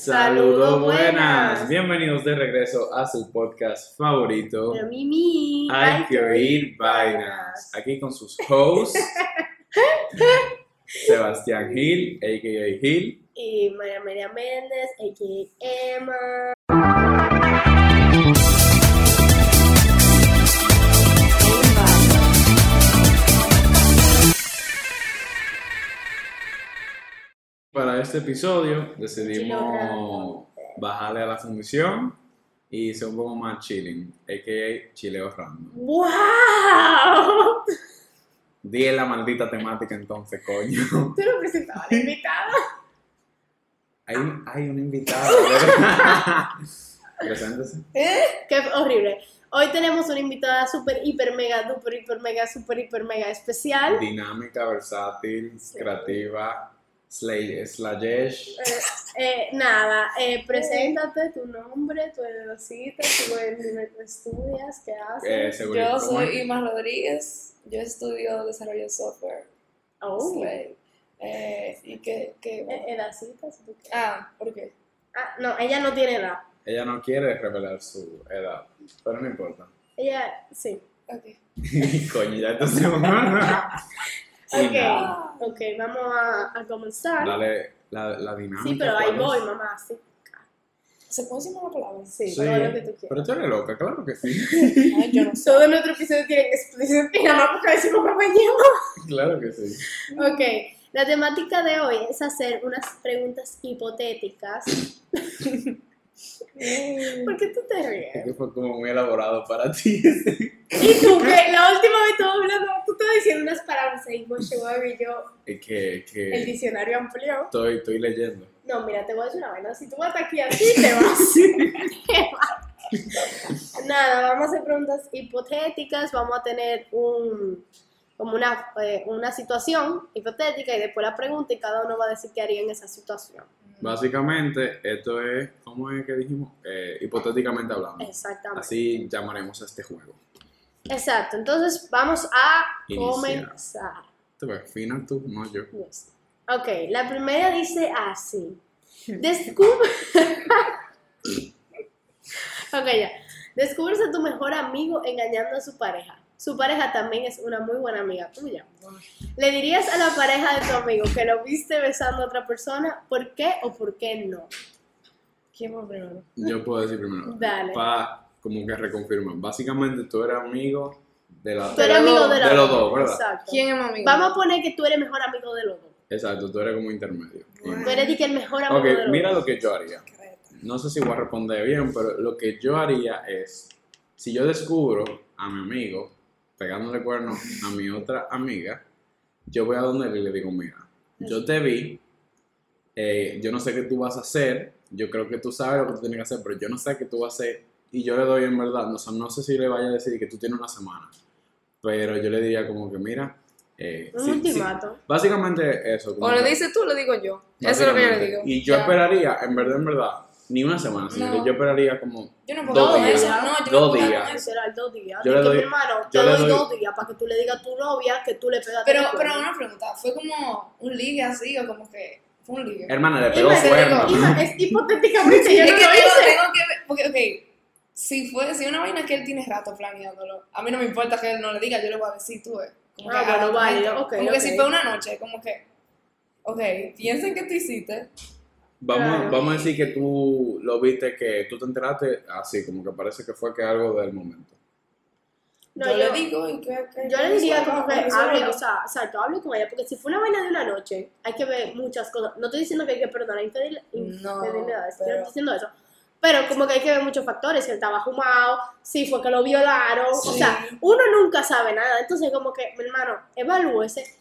Saludos buenas. Bienvenidos de regreso a su podcast favorito. Pero Mimi, Hay que oír vainas. Aquí con sus hosts Sebastián Gil, a.k.a. Gil. Y María María Méndez, a.k.a. Emma. Para este episodio decidimos Chilogrando. bajarle a la fundición y ser un poco más chilling, a.k.a. chileo random. ¡Wow! Di en la maldita temática entonces, coño. Tú lo presentabas la invitada. Hay un, hay un invitado, ¿verdad? Preséntese. Qué horrible. Hoy tenemos una invitada súper, hiper, mega, duper, hiper, mega, súper, hiper, mega especial. Dinámica, versátil, creativa, slay- slayesh. Eh, nada, eh, preséntate tu nombre, tu universidad, tu en que estudias, qué haces. Eh, seguridad. Yo soy Irma Rodríguez, yo estudio desarrollo de software. oh, eh, Slay. Eh, ¿Y qué? qué va? edadcita, si tú quieres. Ah, ¿por qué? Ah, no, ella no tiene edad. Ella no quiere revelar su edad, pero no importa. Ella, sí. Ok. Coño, ya te hacemos. Y Ok. nada, Ok, vamos a, a comenzar. Dale Ah, la, la dinámica. Sí, pero ahí ¿cuál voy, es? mamá, sí. ¿Se puede decir una palabra? Sí, Sí. todo lo que tú quieras. Pero tú eres loca, claro que sí. Ay, yo no sé. Todo nuestro episodio tiene que explícito y nada más porque decimos compañero. claro que sí. Ok, la temática de hoy es hacer unas preguntas hipotéticas. Eh. ¿Por qué tú te Es ríes? que fue como muy elaborado para ti. Y tú, que la última vez tú hablando, tú estabas diciendo unas palabras ahí, Boshua y yo, Es que, el que diccionario amplió. estoy, estoy leyendo. No, mira, te voy a decir una vaina. Si tú vas aquí así, te vas. Te vas. Nada, vamos a hacer preguntas hipotéticas. Vamos a tener un, como una, eh, una situación hipotética y después la pregunta y cada uno va a decir qué haría en esa situación. Básicamente, esto es, ¿cómo es que dijimos? Eh, hipotéticamente hablando. Exactamente. Así llamaremos a este juego. Exacto. Entonces, vamos a Iniciar. comenzar. Te ves fina tú, no yo. Yes. Ok, la primera dice así. Hmm. Descubre. ok, ya. Descubres a tu mejor amigo engañando a su pareja. Su pareja también es una muy buena amiga tuya. ¿Le dirías a la pareja de tu amigo que lo viste besando a otra persona? ¿Por qué o por qué no? ¿Quién va primero? Yo puedo decir primero. Dale. Para como que reconfirmar. Básicamente, tú eres amigo de la. Tú eres amigo de, de la- los dos, ¿verdad? Exacto. ¿Quién es mi amigo? Vamos a poner que tú eres mejor amigo de los dos. Exacto, tú eres como intermedio. Bueno. Tú eres di que el mejor amigo Ok, de los mira dos. lo que yo haría. Careta. No sé si voy a responder bien, pero lo que yo haría es, si yo descubro a mi amigo pegándole cuerno a mi otra amiga, yo voy a donde él y le digo, mira, yo te vi, eh, yo no sé qué tú vas a hacer, yo creo que tú sabes lo que tú tienes que hacer, pero yo no sé qué tú vas a hacer y yo le doy en verdad, no, o sea, no sé si le vaya a decir que tú tienes una semana, pero yo le diría como que, mira, eh, Un sí, sí". ultimato. básicamente eso. como O lo que- dices tú o lo digo yo. Eso es lo que yo le Básicamente. digo. Y yo Ya. esperaría, en verdad, en verdad, ni una semana, señores. No. Yo esperaría como. Yo no Dos puedo con días. eso. No, yo Dos no puedo días. con eso. Eso era el dos días. Yo Di le que, doy- mi hermano, te yo le doy, doy- dos días para que tú le digas a tu novia que tú le pegaste Pero, el cuerno. pero una pregunta, ¿fue como un ligue así o como que fue un ligue? Hermana, le pegó Ima, te cuerno. digo, Ima, es hipotéticamente, yo es no que lo tengo, hice. tengo que ver- porque, ok, si fue, si una vaina que él tiene rato planeándolo, a mí no me importa que él no le diga, yo le voy a decir tú, eh. Como Ah, ah, bueno, válido, como ok, que- Como ok. que si fue una noche, como que, ok, piensen que tú hiciste, Vamos, Claro. vamos a decir que tú lo viste, que tú te enteraste así, como que parece que fue que algo del momento. No, yo, yo, le digo y que, que- yo le diría que- como que que- hable, o sea, exacto, hable con ella, porque si fue una vaina de una noche, hay que ver muchas cosas. No estoy diciendo que hay que perdonar infidel- No, infidelidades, yo no pero- estoy diciendo eso. Pero como que hay que ver muchos factores, si él estaba fumado, si fue que lo violaron, o Sí. sea, uno nunca sabe nada. Entonces como que, mi hermano, evalúese,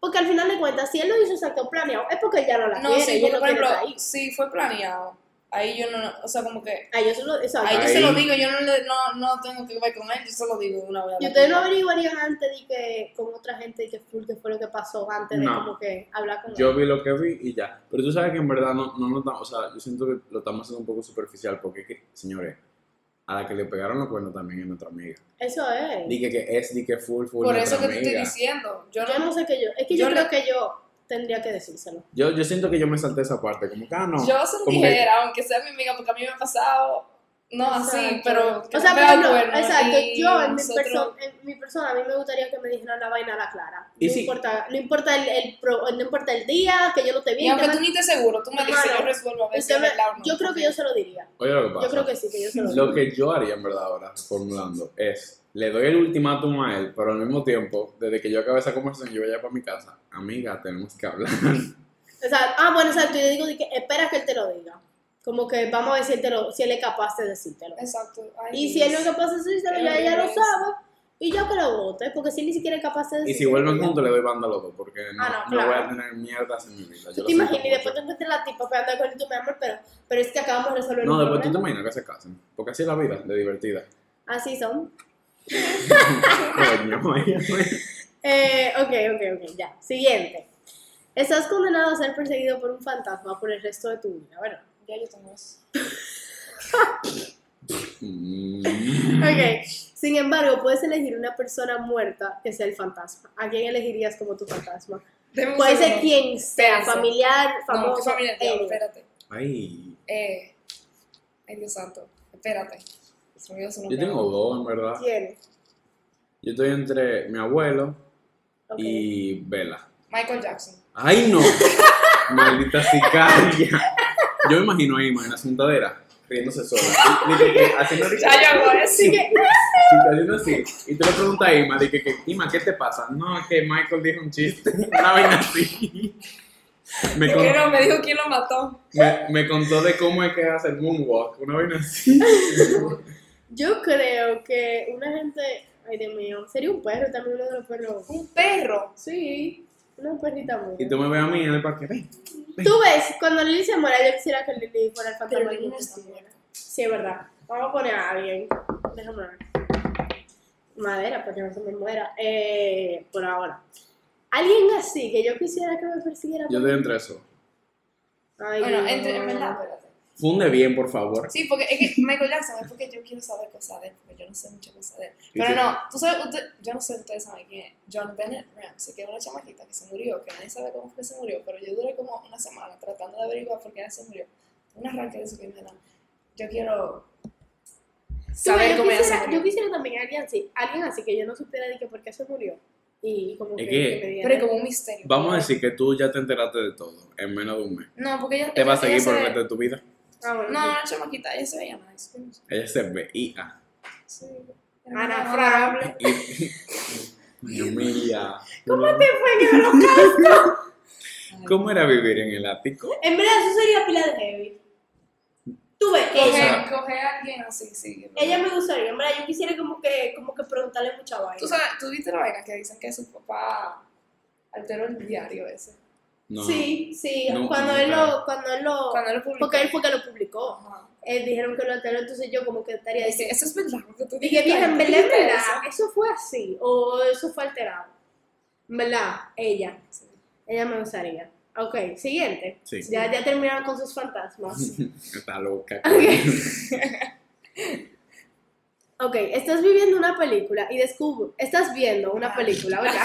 porque al final de cuentas, si él lo hizo exacto planeado, es porque ya no la No, quiere, sí, ella porque, no por quiere ejemplo, estar ahí. sí fue planeado, ahí yo no, o sea, como que, Ay, Ah, yo se lo- exacto. ahí, yo se lo Ahí. digo, yo no, le, no, no tengo que ver con él, yo se lo digo una vez. a la ¿Y ustedes no tipa. averiguarían antes de que con otra gente de que full que fue lo que pasó antes de No. como que hablar con Yo vi lo que vi y ya. Pero tú sabes que en verdad no, no, no o sea, yo siento que lo estamos haciendo un poco superficial, porque, es que, señores, a la que le pegaron los cuernos también es nuestra amiga. Eso es. Dije que es, di que full, full. Por eso nuestra que te estoy amiga. diciendo, yo Yo no, no sé qué yo. Es que yo, Yo creo le- que yo tendría que decírselo. Yo, yo siento que yo me salté esa parte, como que, ah, no. Yo se lo como que- dijera, aunque sea mi amiga, porque a mí me ha pasado, no así, Exacto. pero... que O sea, me pega pero no, el cuerno exacto. y Yo, en mi, nosotros- perso- en mi persona, a mí me gustaría que me dijeran la vaina a la clara. Y no, si- importa, no, importa el, el pro- no importa el día, que yo no te Y vi. aunque tú ni te seguro, tú me dices, Hermano, yo resuelvo a ver si Usted es me- verdad o no. yo creo que yo se lo diría. Oye, lo que pasa. Yo creo que sí, que yo se lo diría. Lo que yo haría en verdad ahora, formulando, es, le doy el ultimátum a él, pero al mismo tiempo, desde que yo acabe esa conversación, yo vaya para mi casa, amiga, tenemos que hablar. O sea, ah, bueno, exacto. Yo digo de que espera que él te lo diga. Como que vamos a ver si él, te lo- si él es capaz de decírtelo. Exacto. Ay, Y si él no es Dios. capaz de decírselo, Qué ya ella lo horrible eso. sabe. Y yo que lo vote, porque si él ni siquiera es capaz de y si decírselo, vuelven ya. juntos, le doy banda a los dos, porque no, Ah, no, no voy claro. a tener mierdas en mi vida. yo Tú lo te imaginas siento y después te mucho. encuentras la tipa pegando con tu mi amor, pero, pero es que acabamos de resolver No, un después tú te problema. imaginas que se casen, porque así es la vida, de divertida. Así son. Coño, ay, ay. Eh, ok, ok, ok, ya. Siguiente. Estás condenado a ser perseguido por un fantasma por el resto de tu vida. Bueno, Ya yo tengo eso. Mm. ok. Sin embargo, puedes elegir una persona muerta que sea el fantasma. ¿A quién elegirías como tu fantasma? Deme un Puede ser segundo. quien sea, Espérense. familiar, No, famoso. que familia, tío, anyway. espérate. Ay, Eh, ay, Dios santo. Espérate. Se me olvidó su yo nombre. tengo dos, en verdad. ¿Quién? Yo estoy entre mi abuelo Ok. y Vela. Michael Jackson. ¡Ay, no! Maldita sicaria. Yo me imagino a Ima en la sentadera, riéndose sola. Y- y que- que haciendo así, Ya yo hago eso. Así que, haciendo así. Y tú le preguntas a Ima, de que, que, Ima, ¿qué te pasa? No, es que Michael dijo un chiste. Una vaina así. Me, con- Que no, me dijo quién lo mató. me- me contó de cómo es que hace el moonwalk. Una vaina así. yo creo que una gente. Ay, Dios mío. Sería un perro también, uno de los perros. Un perro. Sí, una perrita muy. Y tú me ves a mí en el parque. ven. Tú ves, cuando Lili se muera, yo quisiera que Lili fuera el fantasma. Pero de Lili no Lili está Santana. muerta. Sí, es verdad. Vamos a poner a alguien. Déjame ver. Madera, porque no se me muera. Eh, por ahora. Alguien así que yo quisiera que me persiguiera. Yo estoy entre eso. Ay, Bueno, no. entre, en verdad, espérate. Funde bien, por favor. Sí, porque es que Michael Jackson es porque yo quiero saber cosas de él, porque yo no sé muchas cosas de él. Pero sí. no, tú sabes, usted- yo no sé si ustedes saben quién es. John Bennett Ramsey, que es una chamaquita que se murió, que nadie sabe cómo fue que se murió, pero yo duré como una semana tratando de averiguar por qué ella se murió. Un arranque de su criminal. Yo quiero Tú ves, saber yo, cómo ella se quisiera, yo murió. quisiera también alguien así. Alguien así que yo no supiera de que por qué se murió. Y como que, Es que- que me digan, Pero es como un misterio. Vamos a decir que tú ya te enteraste de todo en menos de un mes. No, porque ella. Te va a ella- seguir ella por se- el resto de tu vida. Ah, bueno, No, sí. una chamaquita, ella se veía nice. Ella se veía. Sí. Ana Frank. Y humilla. ¿Cómo te fue que me lo ¿Cómo era vivir en el ático? En verdad, eso sería pila de heavy. Tú ves, O ella, sea- Coge, coge a alguien así, sí. ella me gustaría. En verdad, yo quisiera como que, como que preguntarle mucha vaina. Tú sabes, tú viste la vaina que dicen que su papá alteró el diario ese. No. Sí, sí, No, cuando, nunca. él lo, cuando él lo... Cuando lo publicó. Porque él fue que lo publicó. Ajá. Él dijeron que lo alteró, entonces yo como que estaría Dice, diciendo... eso es verdad lo que tú Dije, dijiste. vieja, en ¿Tú verdad, en dijiste verdad, eso fue así, o eso fue alterado. En verdad, ella, eso? Sí. ella me gustaría. Ok, siguiente. Sí. Ya, ya terminaron con sus fantasmas. Está loca. Ok, estás viviendo una película y descubro... Estás viendo una película, ¿verdad?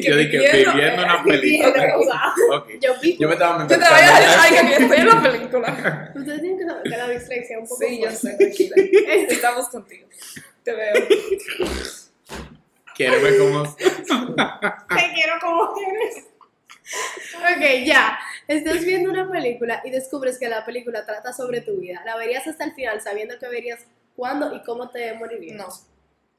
Yo dije, viviendo una película. Ok. Yo vi... Yo me estaba Yo te mentalizando. voy a ay, que yo estoy en la película. Ustedes tienen que saber que la dislexia es un poco... Sí, yo fuerte. sé, tranquila. Estamos contigo. Te veo. Quiero ver cómo. Te quiero como eres. Ok, ya. Estás viendo una película y descubres que la película trata sobre tu vida. La verías hasta el final sabiendo que verías cuándo y cómo te morirías. No.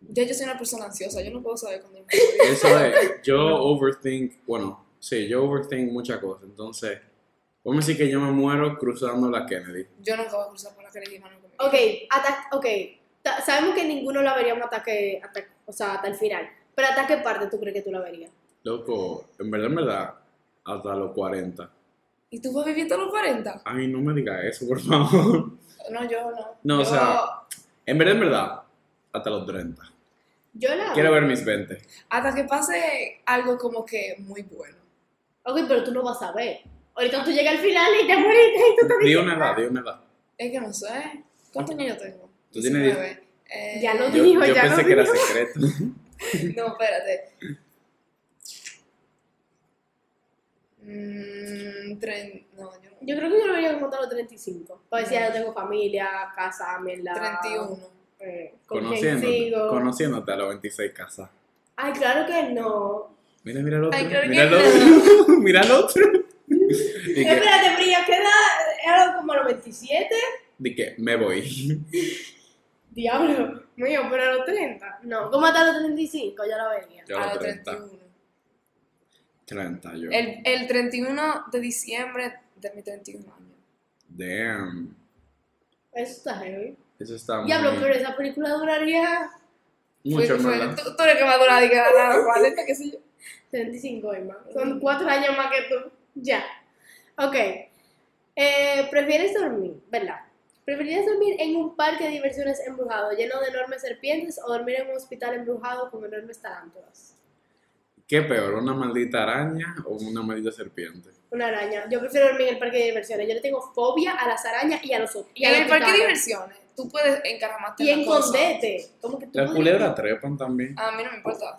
Yo, yo soy una persona ansiosa, yo no puedo saber cuándo me Eso es. Yo overthink. Bueno, sí, yo overthink muchas cosas. Entonces, vamos a decir que yo me muero cruzando la Kennedy. Yo nunca voy a cruzar por la calle de mano conmigo. Ok, ata- ok. Ta- sabemos que ninguno la vería un ataque, ata- o sea, hasta el final. Pero ¿hasta qué parte tú crees que tú la verías? Loco, en verdad, en verdad, hasta los 40. ¿Y tú vas a vivir hasta los 40? Ay, no me digas eso, por favor. No, yo no. No, o Yo- sea- En verdad, en verdad, hasta los 30. Yo la... Quiero ver mis 20. Hasta que pase algo como que muy bueno. Ok, pero tú no vas a ver. Ahorita tú llegas al final y te moriste y tú te Di dices, una edad, di una edad. Es que no sé. ¿Cuántos años yo tengo? Tú tienes diez. 19. Eh, Ya lo Yo, dijo, yo ya pensé lo que era dijo. secreto. No, espérate. Mm, tren- no, yo no. "Ah". Yo creo que yo lo vería como hasta los 35. Pues decía, yo tengo familia, casa, mierda. 31. eh, ¿Con quién Conociéndote, sigo? conociéndote a los 26 casas. Ay, claro que no. Mira, mira el otro. Ay, creo mira, el que otro. mira el otro. Y que, Espérate, pero ya queda. eh, Era como a los 27. di que me voy. Diablo. Mío, pero a los 30. No, como hasta los 35 ya lo vería. Yo a a los los 30. 31. 30 yo. Ah, El, el 31 de diciembre de mi 31 año. Damn. Eso está heavy. Eso está Diablo, muy... pero esa película duraría Mucho Fue- fue- más. Tú, tú eres que va a durar, dije, a los 40, qué sé yo. 35 y más. Son cuatro años más que tú. Ya. Ok. Eh, ¿Prefieres dormir? ¿Verdad? ¿Preferirías dormir en un parque de diversiones embrujado lleno de enormes serpientes o dormir en un hospital embrujado con enormes tarántulas? ¿Qué peor, una maldita araña o una maldita serpiente? Una araña. Yo prefiero dormir en el parque de diversiones. Yo le tengo fobia a las arañas y a los otros. Y en el parque de diversiones, tú puedes encaramarte Y en la cosa. escondete. Como que tú Las podrías- culebras trepan también. A mí no me importa.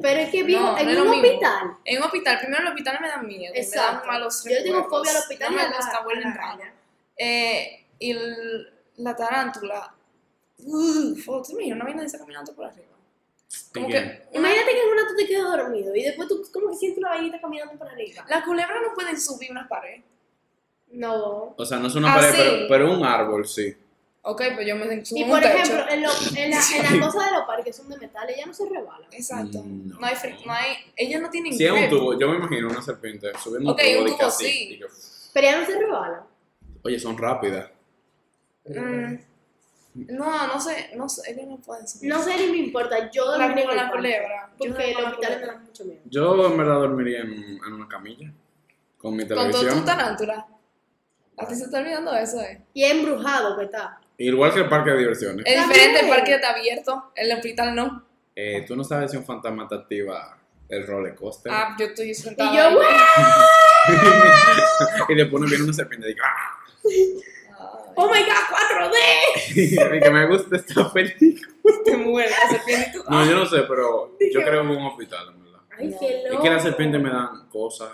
Pero es que No, vivo no en es lo un mismo. hospital. En un hospital, primero el hospital me da miedo, me Exacto. dan malos Yo le tengo fobia al recuerdos, hospital no y a me la- gusta, a la huelen raro. araña. Eh, y el- la tarántula, uff, oh, tú mira, una vaina de esa caminando por arriba. Como Di que, que, una- Imagínate que en una tú te quedas dormido y después tú como que sientes una vainita caminando por arriba. las culebras no pueden subir una pared. No. o sea, no es una Ah, pared, sí. pero, pero un árbol sí. Ok, pues yo me subo Y a por un techo. ejemplo, en, lo- en la, en la cosa de los parques son de metal, ellas no se rebalan. Exacto. Mm, No. no. hay fri- no hay, ellas no tienen Si es un grip. tubo, yo me imagino una serpiente subiendo Ok, un un tubo, di que tubo, así. sí. di que, Pero ellas no se rebalan. Oye, son rápidas. Mm. No, no sé, no sé, ellas no pueden subir. No sé ni me importa, yo La, dormiría en con el la parque, culebra. Yo Porque con los la hospitales me culebra. dan mucho miedo. Yo en verdad dormiría en, en una camilla con mi Con todo televisión. tu tarántula. A ti se está olvidando eso, eh. Y es embrujado que está. Igual que el parque de diversiones. Es Está diferente, el bien. parque está abierto, el hospital no. Eh, Tú no sabes si un fantasma te activa el roller coaster. Ah, yo estoy sentada. Y yo, ahí. ¡guau! y después nos viene una serpiente y digo, ¡ah! ¡Oh my god, 4D! de que me gusta esta película. Ay, te muero, la serpiente, tú- No, yo no sé, pero yo creo que en un hospital, en verdad. Ay, No. qué loco. Es que las serpientes me dan cosas.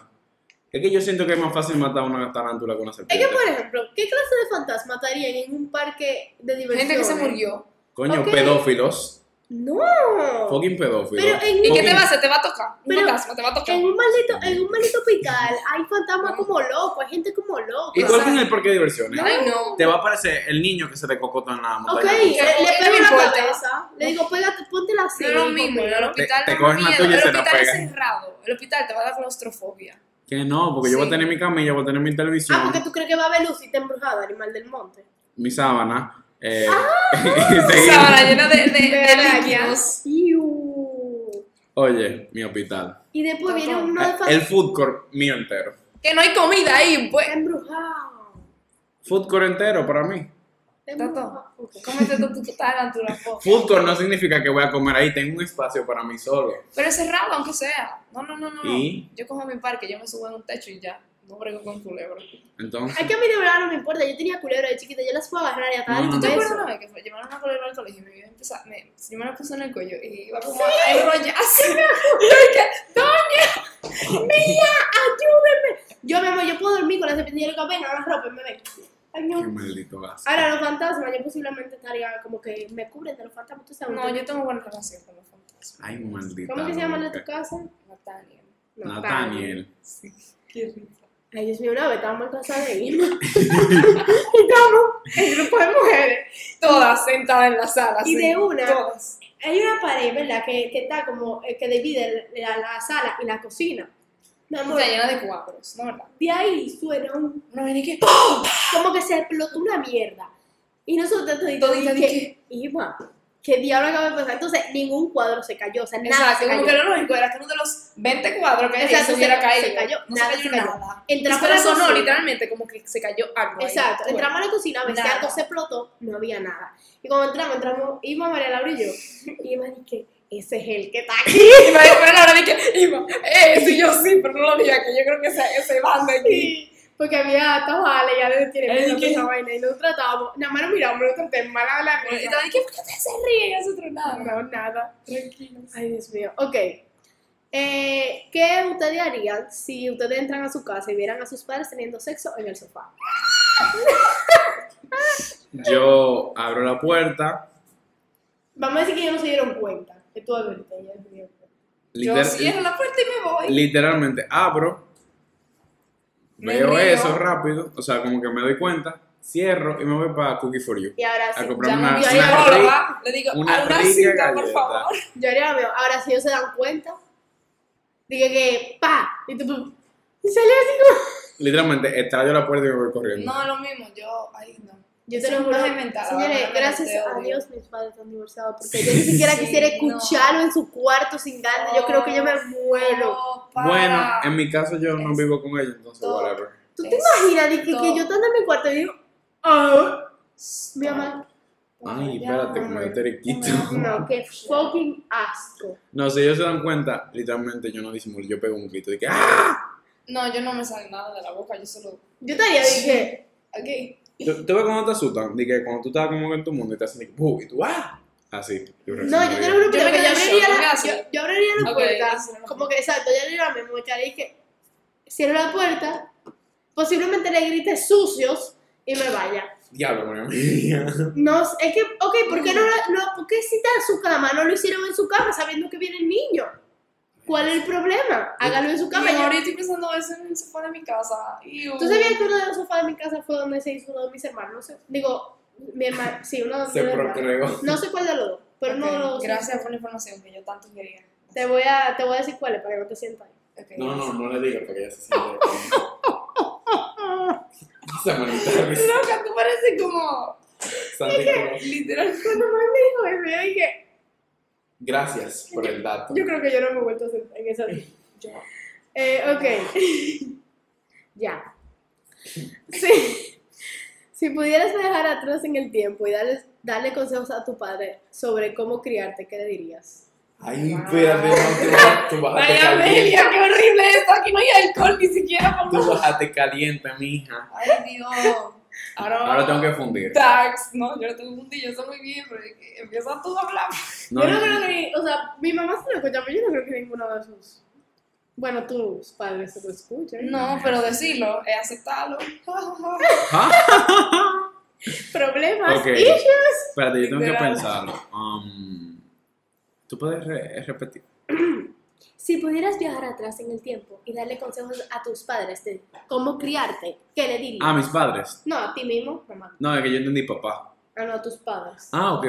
Es que yo siento que es más fácil matar a una tarántula que una Es serpiente. que, por ejemplo, ¿qué clase de fantasma matarían en un parque de diversiones? Gente que se murió. eh. Coño, Ok. pedófilos. ¡No! Fucking pedófilos. Pero en- ¿Y qué te Fucking- va a hacer? Te va a tocar. Un Pero- fantasma te va a tocar. En un maldito, en un maldito hospital hay fantasmas como locos, hay gente como loca. Igual o sea, que en el parque de diversiones. Ay, no. Te va a aparecer el niño que se te cocotó en la Ok, montaña. le, rusa. eh, le no pego me la importa. cabeza. Le digo, pégate, póntela así. No es lo mismo, el cógela. hospital Te- te no da cogen la miedo, tuya y el se la hospital es pegan. cerrado, el hospital te va a dar claustrofobia. Que no, porque yo voy a Sí. tener mi camilla, voy a tener mi televisión, Ah, porque tú crees que va a haber luz y te embrujado, animal del monte. mi sábana. Eh, Ah. Sábana llena de, de, de arañas. líquidos. Iu. Oye, mi hospital. Y después viene Todo. uno de El fantasma food court mío entero. Que no hay comida ahí, pues. embrujado. Food court entero para mí. Está Está embrujado. todo. Ok. Cómete tu, tu tarántula, po. Food court no significa que voy a comer ahí, tengo un espacio para mí solo. Pero es cerrado, aunque sea. No, no, no, no. ¿Y? Yo cojo mi parque, yo me subo en un techo y ya. No brego con culebra. Entonces, Es que a mí de verdad no me importa, yo tenía culebra de chiquita, yo las puedo agarrar y atar No, en no, ¿Tú un te no. acuerdas beso. una vez que fue- llevaron una culebra al colegio y me, iba a empezar- me, yo me la puse en el cuello y iba como a enrollarse? Y yo dije, ¡Doña! ¡Mía, Ah, ayúdenme! Yo, mi amor, yo puedo dormir con la serpiente y yo le digo, venga, agarra ropa y me ven. qué Ay, no. maldito gas. Ahora, los fantasmas, yo posiblemente estaría como que me cubren de los fantasmas, tú sabes. No, yo tengo buena relación con los fantasmas. Ay, maldita. ¿Cómo que se llama la de loca. tu casa? Natalia. No, Nathaniel. Sí, qué rico. Ay, Dios mío, una vez estábamos en casa de Irma. estábamos en grupo de mujeres. Todas sentadas en la sala. Y sí, de una- Todas. Hay una pared, ¿verdad? Que, que está como, eh, que divide la, la sala y la cocina. Mi amor, Está llena de cuadros, ¿no verdad? de ahí suena un, No, viene que. como que se explotó una mierda. Y nosotros te Todita de que, Irma, ¿qué diablo acaba de pasar? Entonces, ningún cuadro se cayó, o sea, nada Exacto, se como cayó. que lo lógico era que uno de los 20 cuadros que había Exacto, se hubiera se- caído. se cayó, no nada, se cayó se cayó. nada. Entramos Entramos a la sonó cocina. literalmente como que se cayó algo. ahí. pues. Exacto, Bueno. entramos a la cocina, a ver si Nada. algo se explotó, no había nada. Y cuando entramos, entramos, Irma, María Laura y yo. Y Irma dije, ese es el que está aquí. Y me después ahora dije, Iba, eh, sí, yo sí, pero no lo diga, que yo creo que ese, ese bando aquí. Sí, porque había estaba Ale, ya le tiene Ay, miedo a ¿qué? esa vaina y nosotros tratábamos, nada más nos miramos, nos sentimos mal a la Y risa. estaba dije, ¿por qué ustedes se ríen? Y nosotros nada. No, nada. Tranquilos. Ay, Dios mío. Ok. Eh, ¿Qué ustedes harían si ustedes entran a su casa y vieran a sus padres teniendo sexo en el sofá? Yo abro la puerta. Vamos a decir que ellos no se dieron cuenta, que tú ahorita ya se dieron cuenta. Yo liter- cierro la puerta y me voy. literalmente abro, Me veo río. eso rápido, o sea, como que me doy cuenta, cierro y me voy para Cookie for You. Y ahora sí, A comprar Ya una- me una psicóloga, le digo, una a una rica cita, por galleta". favor. yo haría lo mismo. Ahora si ellos se dan cuenta, dije que pa, y tú pum, y salió así como... Literalmente estallo la puerta y me voy corriendo. No, lo mismo, yo, ay, no. Yo te Son lo juro, cosas inventadas, señores, ahora me las gracias creo, a digo. Dios mis padres están divorciados, porque yo ni siquiera Sí, quisiera no. escucharlo en su cuarto sin ganas, yo creo que yo me muero. No, para. Bueno, em- en mi caso yo no Es- vivo con ella, entonces Todo. whatever. ¿Tú te imaginas de que, Todo. que yo estando en mi cuarto y digo, ah, mi mamá, Ay, espérate, como yo te riquito. no, qué fucking asco. No, si ellos se dan cuenta, literalmente yo no disimulo, yo pego un grito de que ¡Ah! No, yo no me sale nada de la boca, yo solo. Yo estaría de que, Aquí. Tú tú ves cuando te asustan, de que cuando tú estás como en tu mundo y te hacen de que "Buh", y tú ¡Ah! Así. yo no, reaccionaría. yo te lo juro que Yo yo me quedé en shock, abriría yo me quedé la, así. yo, yo abriría la Ok, puerta, eso no lo como que exacto, yo abriría la misma y estaría de que cierro la puerta, posiblemente le grite sucios y me vaya. Diablo, María mía. No, es que, ok, ¿por qué no, lo- no por qué si está en su cama? No lo hicieron en su cama sabiendo que viene el niño. ¿Cuál es el problema? Hágalo en su Y cama. yo- ahorita estoy pensando eso en el sofá de mi casa. Iu. ¿Tú sabías que uno de los sofás de mi casa fue donde se hizo uno de mis hermanos? No sé, digo, mi hermano, sí, uno de mis Se hermanos. procreó. No sé cuál de los dos, pero no Ok, los Gracias por la información que yo tanto quería. Te voy, a, te voy a decir cuál es para que no te sientas ahí. Ok. No, no, no le digas porque ella se siente. Esa manita de Loca, tú pareces como. Santi como, Literal. Cuando más me dijo eso, yo dije, Gracias por el dato. yo creo que yo no me he vuelto a sentar en esa. Yo. Eh, ok. ya. Sí. Si pudieras viajar atrás en el tiempo y darle, darle consejos a tu padre sobre cómo criarte, ¿qué le dirías? Ay, espérate, no, tú vas- tú bajaste Ay, caliente. Amelia, qué horrible esto. Aquí no hay alcohol ni siquiera. por Tú favor. bajaste caliente, mija. Ay, Dios. Ahora, Ahora tengo que fundir. Tax, no, yo no tengo un día, yo sé muy bien, pero es que empieza todo a hablar. No, yo no no, creo que, o sea, mi mamá se lo escucha, pero yo no creo que ninguno de sus, bueno, tus padres se lo escuchen. No, pero decirlo, es aceptarlo. ¿Ah? Problemas, Ok. issues. Espérate, yo tengo que Literal. pensarlo. Um, ¿Tú puedes re- repetir? Si pudieras viajar atrás en el tiempo y darle consejos a tus padres de cómo criarte, ¿qué le dirías? Ah, mis padres. No, a ti mismo, mamá. No, es que yo entendí papá. Ah, no, a tus padres. Ah, ok.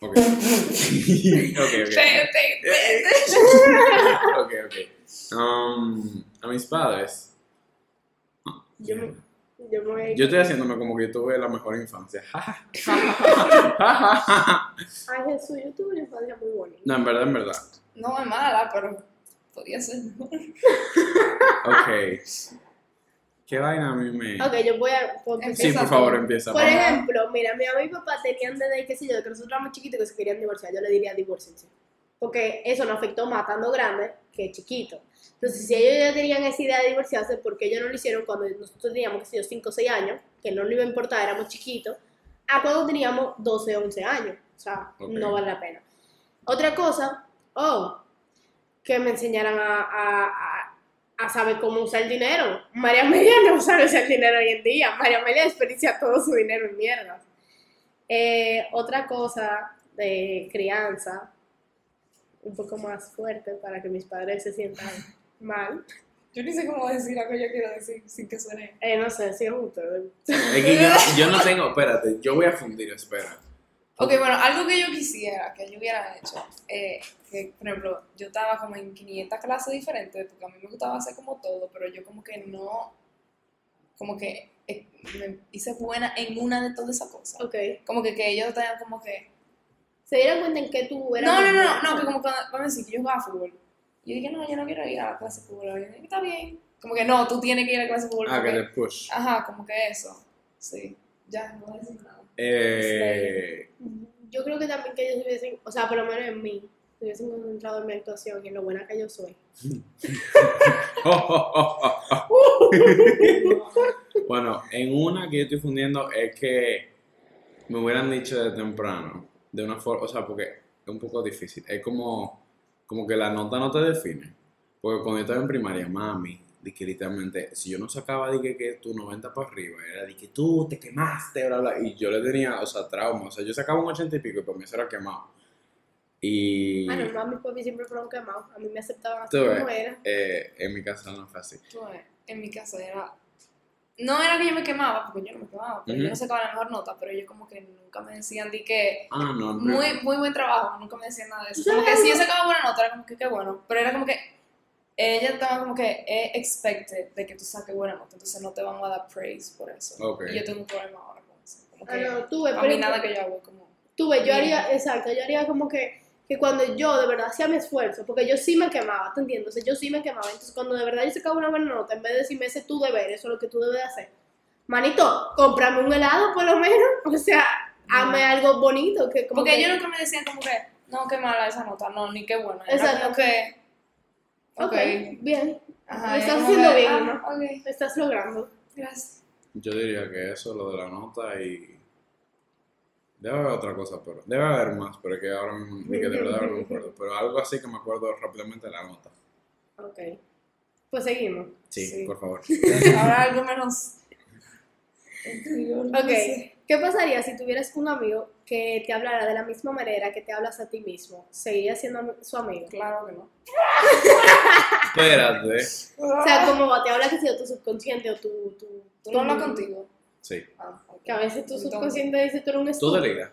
Ok. ok, ok. Te- te- te- Ok, ok. Um, a mis padres. Yo me, yo me voy a ir. Yo estoy haciéndome como que yo tuve la mejor infancia. Ay, Jesús, yo tuve una infancia muy bonita. no, en verdad, en verdad. No es mala, pero podía ser mejor. Ok. ¿Qué vaina a mí me.? Ok, yo voy a. por- por- Sí, empieza por tú. favor, empieza. Por mamá. ejemplo, mira, mi mamá y mi papá tenían desde, qué sé yo, de que nosotros éramos chiquitos que se querían divorciar. Yo le diría divorciense. Porque eso nos afectó más estando grande que chiquito. Entonces, si ellos ya tenían esa idea de divorciarse, ¿por qué ellos no lo hicieron cuando nosotros teníamos, qué sé yo, 5 o 6 años? Que no nos iba a importar, éramos chiquitos. A cuando teníamos 12 o 11 años. O sea, Ok. no vale la pena. Otra cosa, oh, que me enseñaran a, a, a- a saber cómo usar el dinero. María Amelia no sabe usar el dinero hoy en día. María Amelia desperdicia todo su dinero en mierda. Eh, otra cosa de crianza, un poco más fuerte para que mis padres se sientan mal. Yo ni sé cómo decir lo que yo quiero decir sin que suene. Eh, no sé, si es ustedes. Es que yo, yo no tengo. Espérate, yo voy a fundir, espera. Ok, bueno, algo que yo quisiera, que yo hubiera hecho, eh, que por ejemplo, yo estaba como en 500 clases diferentes, porque a mí me gustaba hacer como todo, pero yo como que no, como que eh, me hice buena en una de todas esas cosas. Ok. Como que, que ellos tengan como que... ¿Se dieron cuenta en que tú eras No, no, muy no, no, buena? que como cuando, vamos a decir que yo jugaba fútbol. Yo dije, no, yo no quiero ir a la clase de fútbol. Y yo, Está bien. Como que no, tú tienes que ir a la clase de fútbol. Ah, que porque- te push. Ajá, como que eso. Sí. Ya, no voy a decir nada. Eh, Yo creo que también que ellos hubiesen, o sea, por lo menos en mí, se hubiesen concentrado en mi actuación y en lo buena que yo soy. oh, oh, oh, oh. Bueno, en una que yo estoy fundiendo es que me hubieran dicho de temprano, de una forma, o sea, porque es un poco difícil. Es como, como que la nota no te define. Porque cuando yo estaba en primaria, mami, di que literalmente, si yo no sacaba de que, que tu 90 para arriba, era de que tú te quemaste, bla, bla, y yo le tenía, o sea, trauma. O sea, yo sacaba un 80 y pico y para mí eso era quemado. Y Ah, no, mami y papi siempre fueron quemados. A mí me aceptaban así Mm. Tú ves. como era. eh, en mi casa no fue así. Tú ves, en mi caso era. No era que yo me quemaba, porque yo no me quemaba, pero yo Ujú. no sacaba la mejor nota, pero ellos como que nunca me decían di que Ah, no, en primaria. muy, muy buen trabajo, nunca me decían nada de Yo eso. Como que sabía si yo algo. sacaba buena nota, era como que qué bueno, pero era como que ella estaba como que es expected de que tú saques buena nota, entonces no te van a dar praise por eso. Ok. Y yo tengo un problema ahora con eso. Como Ah, que no, tuve, a mí pero- nada que yo hago es como. Tú ves, yo haría, exacto, yo haría como que, que cuando yo de verdad hacía mi esfuerzo, porque yo sí me quemaba, ¿te entiendes? O sea, yo sí me quemaba. Entonces, cuando de verdad yo sacaba una buena nota, en vez de decirme ese es tu deber, eso es lo que tú debes de hacer. Manito, cómprame un helado por lo menos. O sea, hazme algo bonito. Que como Porque que- ellos nunca me decían como que, no, qué mala esa nota, no, ni qué buena. Era Exacto. como que. Ok, bien, Ajá, Lo y estás como haciendo que, bien, ah, Ok, lo estás logrando. gracias. Yo diría que eso, lo de la nota y. Debe haber otra cosa, pero. Debe haber más, pero que ahora mismo. Ni que de verdad no me acuerdo. Pero algo así que me acuerdo rápidamente de la nota. Ok. Pues seguimos. Sí, Sí. por favor. Ahora algo menos. interior, no Ok, sé. ¿qué pasaría si tuvieras un amigo que te hablara de la misma manera que te hablas a ti mismo? ¿Seguirías siendo ami- su amigo? Claro que no. Espérate. O sea, como te habla que sea tu subconsciente o tu... tu Ah, tú no hablas contigo. Sí. Ah, ok. Que a veces tu Entonces, subconsciente dice tú eres un ¿Tú estúpido. deliras?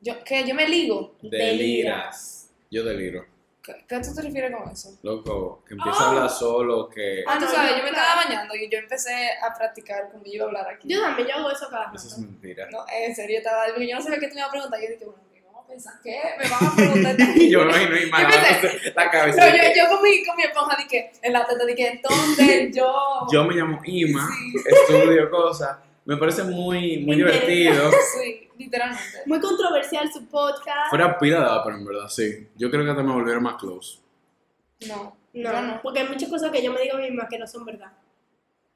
Yo, que yo me ligo. Deliras. Yo deliro. ¿Qué, qué tú te refieres con eso? Loco, que empieza a hablar solo, que. Ah, tú no, sabes, yo- yo me claro. estaba bañando y yo empecé a practicar como yo iba a hablar aquí. Yo también, yo hago eso cada rato. Eso es mentira. No, en serio, estaba, porque yo no sabía qué te iba a preguntar. Yo dije, bueno, ¿qué vamos a pensar? ¿Qué? ¿Me van a preguntar? Yo me imagino y Yo pensé- malabares la cabeza. No, de yo, que- yo con, mi, con mi esponja dije, en la teta dije, entonces yo... Yo me llamo Ima, Sí. estudio cosas. Me parece muy, muy Interesante. divertido. Sí, literalmente. Muy controversial su podcast. Fuera pila de pero en verdad, sí. Yo creo que hasta me volvieron más close. No, No, yo no. porque hay muchas cosas que yo me digo a mí misma que no son verdad.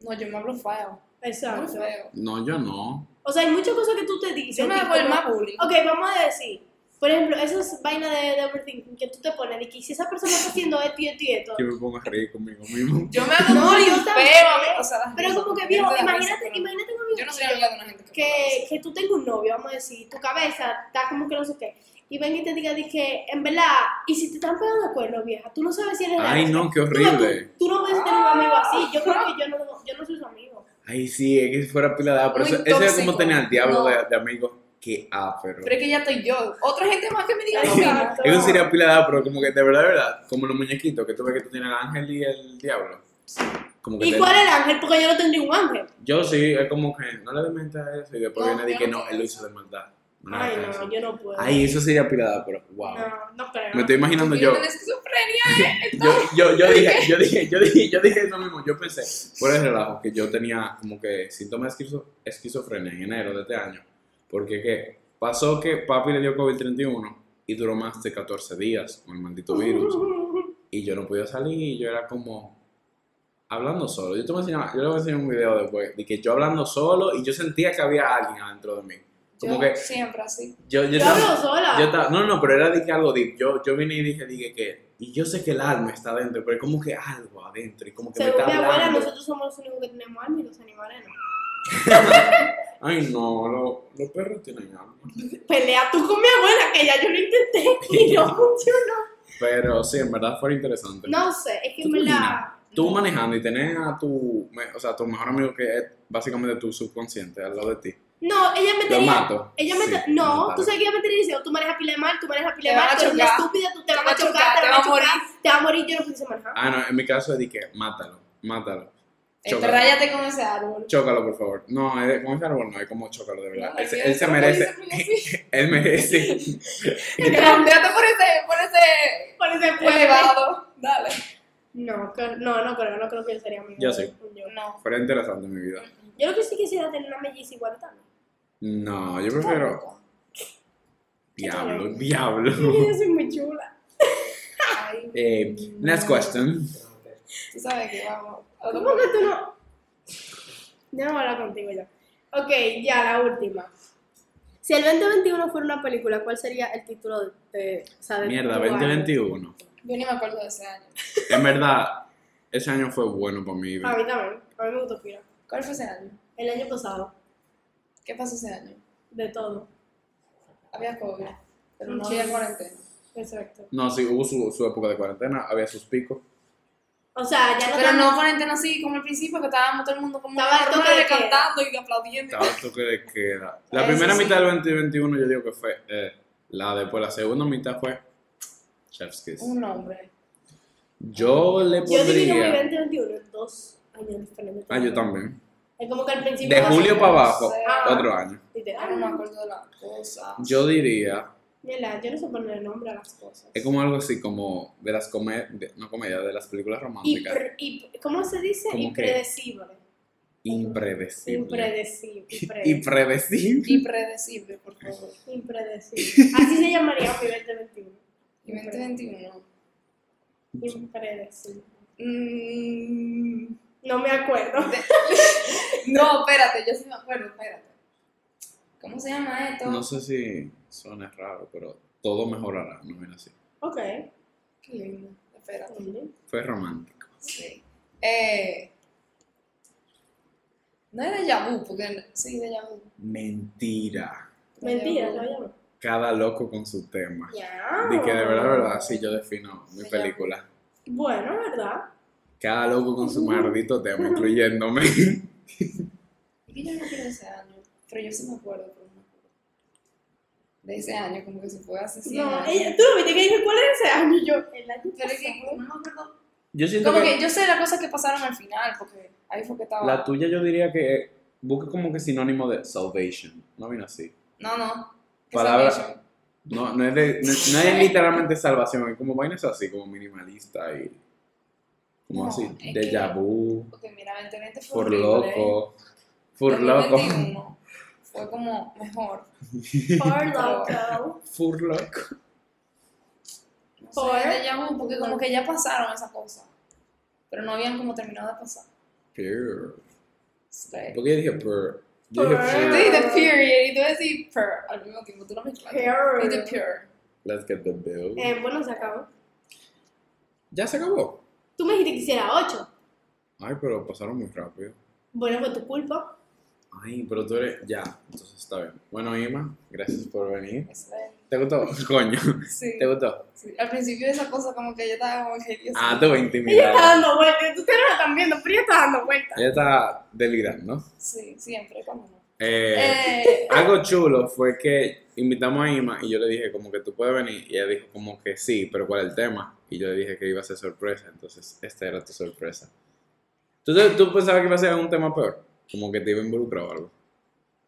No, yo me hablo feo. Me hablo Exacto. feo. No, yo no. O sea, hay muchas cosas que tú te dices. Yo me tipo, hago el más bullying. Ok, vamos a decir. Por ejemplo, esas vainas de, de overthinking que tú te pones de que si esa persona está haciendo esto y esto y esto. Que me ponga a reír conmigo mismo. Yo me hago No, bullying yo feo. también. a mí- O sea, las Pero risas, como que, me viejo, da risa, imagínate, pero imagínate un amigo Yo no soy tuyo amiga de una gente que... que, que tú tengas un novio, vamos a decir, tu cabeza está como que no sé qué, y ven y te diga, que en verdad, y si te están pegando cuernos, vieja, tú no sabes si eres Ay, realista. no, qué Tú no- horrible. Tú, tú no ves a tener un amigo así, yo creo que yo no, yo no soy su amigo. Ay, sí, es que fuera pila de pero Muy eso- Ese es como tóxico. tener al diablo No. de, de amigo. Qué áfero. Pero es que ya estoy yo. Otra gente más que me diga lo mismo. Exacto. Eso sería pila de pero como que de verdad, de verdad. Como los muñequitos que tú ves que tú tienes el ángel y el diablo. Como que ¿Y te- cuál es el ángel? Porque yo no tendría un ángel. Yo sí, es como que no le dementa eso y después No, viene de yo que no, no creo él lo eso. hizo de maldad. No, Ay, no, no, eso. yo no puedo. Ay, eso sería pila de pero wow. No, no creo. Me estoy imaginando Yo yo. tengo esquizofrenia. Yo, yo, yo, dije, yo, dije, yo, dije, yo dije eso mismo, yo pensé, por el relajo, que yo tenía como que síntomas de esquizo- esquizofrenia en enero de este año. Porque ¿qué? pasó que papi le dio COVID-31 y duró más de 14 días con el maldito virus. Y yo no podía salir y yo era como hablando solo. Yo te voy a enseñar, yo le voy a enseñar un video después de que yo hablando solo y yo sentía que había alguien adentro de mí. Como Yo que siempre así. yo, yo Yo estaba- hablo sola. yo estaba- no, no, pero era de que algo deep. Yo, yo vine y dije, dije que. Y yo sé que el alma está adentro, pero es como que algo adentro. Y como que me Según mi está abuela, hablando. nosotros somos los únicos que tenemos alma y los animales no. Ay, no, lo- los perros tienen alma. Pelea tú con mi abuela, que ya yo lo intenté y no funcionó. Pero sí, en verdad fue interesante. No sé, es que ¿Tú en te verdad... Tú manejando y tener a tu, me- o sea, tu mejor amigo que es básicamente tu subconsciente al lado de ti. No, ella me Lo tenía... mato. Ella me Sí, te- no, matarlo. tú sabes que ella me tenía diciendo, tú manejas pile mal, tú manejas pile Te mal, van a tú eres una chocar. estúpida, tú te, Te vas van a chocar, te vas a morir. chocar, te vas a morir, yo no pensé manejar. Ah, no, en mi caso es de que mátalo, mátalo. En Chócalo. verdad ya te Este, con ese árbol. Chócalo, por favor. No, es, con ese árbol no, es como chócalo, de verdad. No, él, se- Dios, él se ¿cómo merece, dice así? él merece. Grandéate por ese, por ese Por ese puente. elevado. Dale. No, que- no, no creo, no creo que sería mi Yo sí. Yo, No. Fue interesante mi vida. yo lo que sí quisiera tener una melliza igual también. No, yo prefiero. Diablo, diablo. Yo soy muy chula. Ay, Eh, next question. tú sabes que vamos. ¿Cómo que tú no? Ya no voy a hablar contigo ya. Ok, ya, la última. Si el 2021 fuera una película, ¿cuál sería el título de... o sea, de Mierda, tu año? 2021. Yo ni me acuerdo de ese año. En verdad, ese año fue bueno para mí. A mí también. A mí me gustó Pira. ¿Cuál fue ese año? El año pasado, ¿Qué pasó ese año? de todo. Había COVID, pero no Mucho. había cuarentena. Exacto. No, sí, hubo su, su época de cuarentena, había sus picos. O sea, ya no Pero no estamos- cuarentena así como al principio, que estábamos todo el mundo como Estaba el toque de queda. cantando y aplaudiendo. Estaba el toque de queda. La Eso primera sí. mitad del 2021 yo digo que fue eh, la después. La segunda mitad fue Chef's Kiss. Un nombre. Yo le Yo divido mi pondría... 2021 en dos años diferentes. Ah, yo también. Es como que al principio. De más o julio menos, para abajo, Ah. otro año. Ahora no me Literal. acuerdo de la cosa. Yo diría... Mira, yo no sé poner nombre a las cosas. Es como algo así como de las comedias, no comedias, de las películas Y, románticas. pre- y- ¿Cómo se dice? ¿Cómo qué? Impredecible. pues, Impredecible. Impredecible. Y predecible. Impredecible, por favor. Impredecible. Así se llamaría mi 2021. Y 2021. Impredecible. Mm, No me acuerdo. no, espérate, yo sí me acuerdo, espérate. ¿Cómo se llama esto? No sé si suena raro, pero todo mejorará, no viene así. Ok. Qué lindo. Espérate. Fue romántico. Sí. Eh, no es de Vu, porque sí, de Vu. Mentira. Mentira, lo Vu. llamo. Cada loco con su tema. Ya. Y que de verdad, de verdad, sí, yo defino mi Ya. película. Bueno, ¿verdad? Cada loco con su maldito tema, incluyéndome. Es que yo no quiero ese año, pero yo sí me acuerdo, pero no me acuerdo. De ese año, como que se fue hace 100 No, años. ella, tú me viste que dije, ¿cuál es ese año? Y Yo, el año Pero es que pasado. no me acuerdo. Yo siento Como que que yo sé las cosas que pasaron al final, porque ahí fue que estaba. la tuya yo diría que busca como que sinónimo de salvation. No vino así. No, no. que Palabra- Salvation. No, no es, de, no, no es literalmente salvación, es como vainas así, como minimalista y. Como No, así, es déjà que- vu, Porque mira, 2020 fue por horrible, ¿eh? loco, por loco, 2021 Fue como mejor. Por loco. por loco. No Por- sé, de Yahoo, porque como que ya pasaron esas cosas. Pero no habían como terminado de pasar. Purr. Sí. ¿Por qué dije purr? Yo dije Purr. Tú purr. dices period y tú decís per al mismo tiempo, tú lo mezclas. Peor. Y de pure. Let's get the bill. Eh, bueno, se acabó. Ya se acabó. Tú me dijiste que hiciera 8. Ay, pero pasaron muy rápido. Bueno, fue tu culpa. Ay, pero tú eres. Ya, entonces está bien. Bueno, Ima, gracias por venir. Eso es. ¿Te gustó? Coño, Sí, ¿te gustó? sí. Al principio de esa cosa como que yo estaba como que Dios Ah, mío. te voy a Ella intimidar. está dando vueltas. Tú te la están viendo, pero ella está dando vueltas. Ella está delirando. Sí, siempre, cuando no. Eh. Eh, Algo chulo fue que invitamos a Ima y yo le dije como que tú puedes venir y ella dijo como que sí, pero ¿cuál es el tema? Y yo le dije que iba a ser sorpresa, entonces esta era tu sorpresa. ¿Tú, te- tú pensabas que iba a ser un tema peor? Como que te iba a involucrar o algo.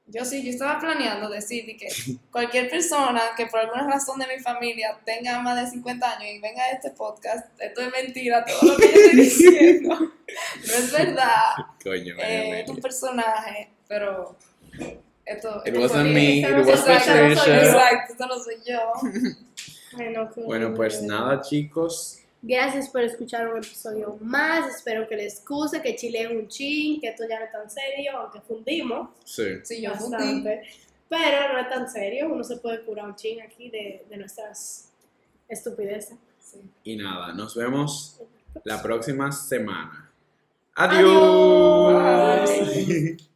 yo sí, yo estaba planeando decir de que cualquier persona que por alguna razón de mi familia tenga más de 50 años y venga a este podcast, esto es mentira, todo lo que yo estoy diciendo. No es verdad. Coño, Eh, Emily. es un personaje, pero esto, It esto wasn't fue- me, esta it no was soy- esta no soy yo. Patricia. Exacto, esto no soy yo. Bueno, qué Bueno, pues nada chicos, Gracias por escuchar un episodio más. Espero que les guste, que chile un chin, que esto ya no es tan serio, aunque fundimos sí, Sí, yo fundí. bastante. Pero no es tan serio. Uno se puede curar un chin aquí de, de nuestras estupideces. Sí. y nada, nos vemos la próxima semana. Adiós. Adiós.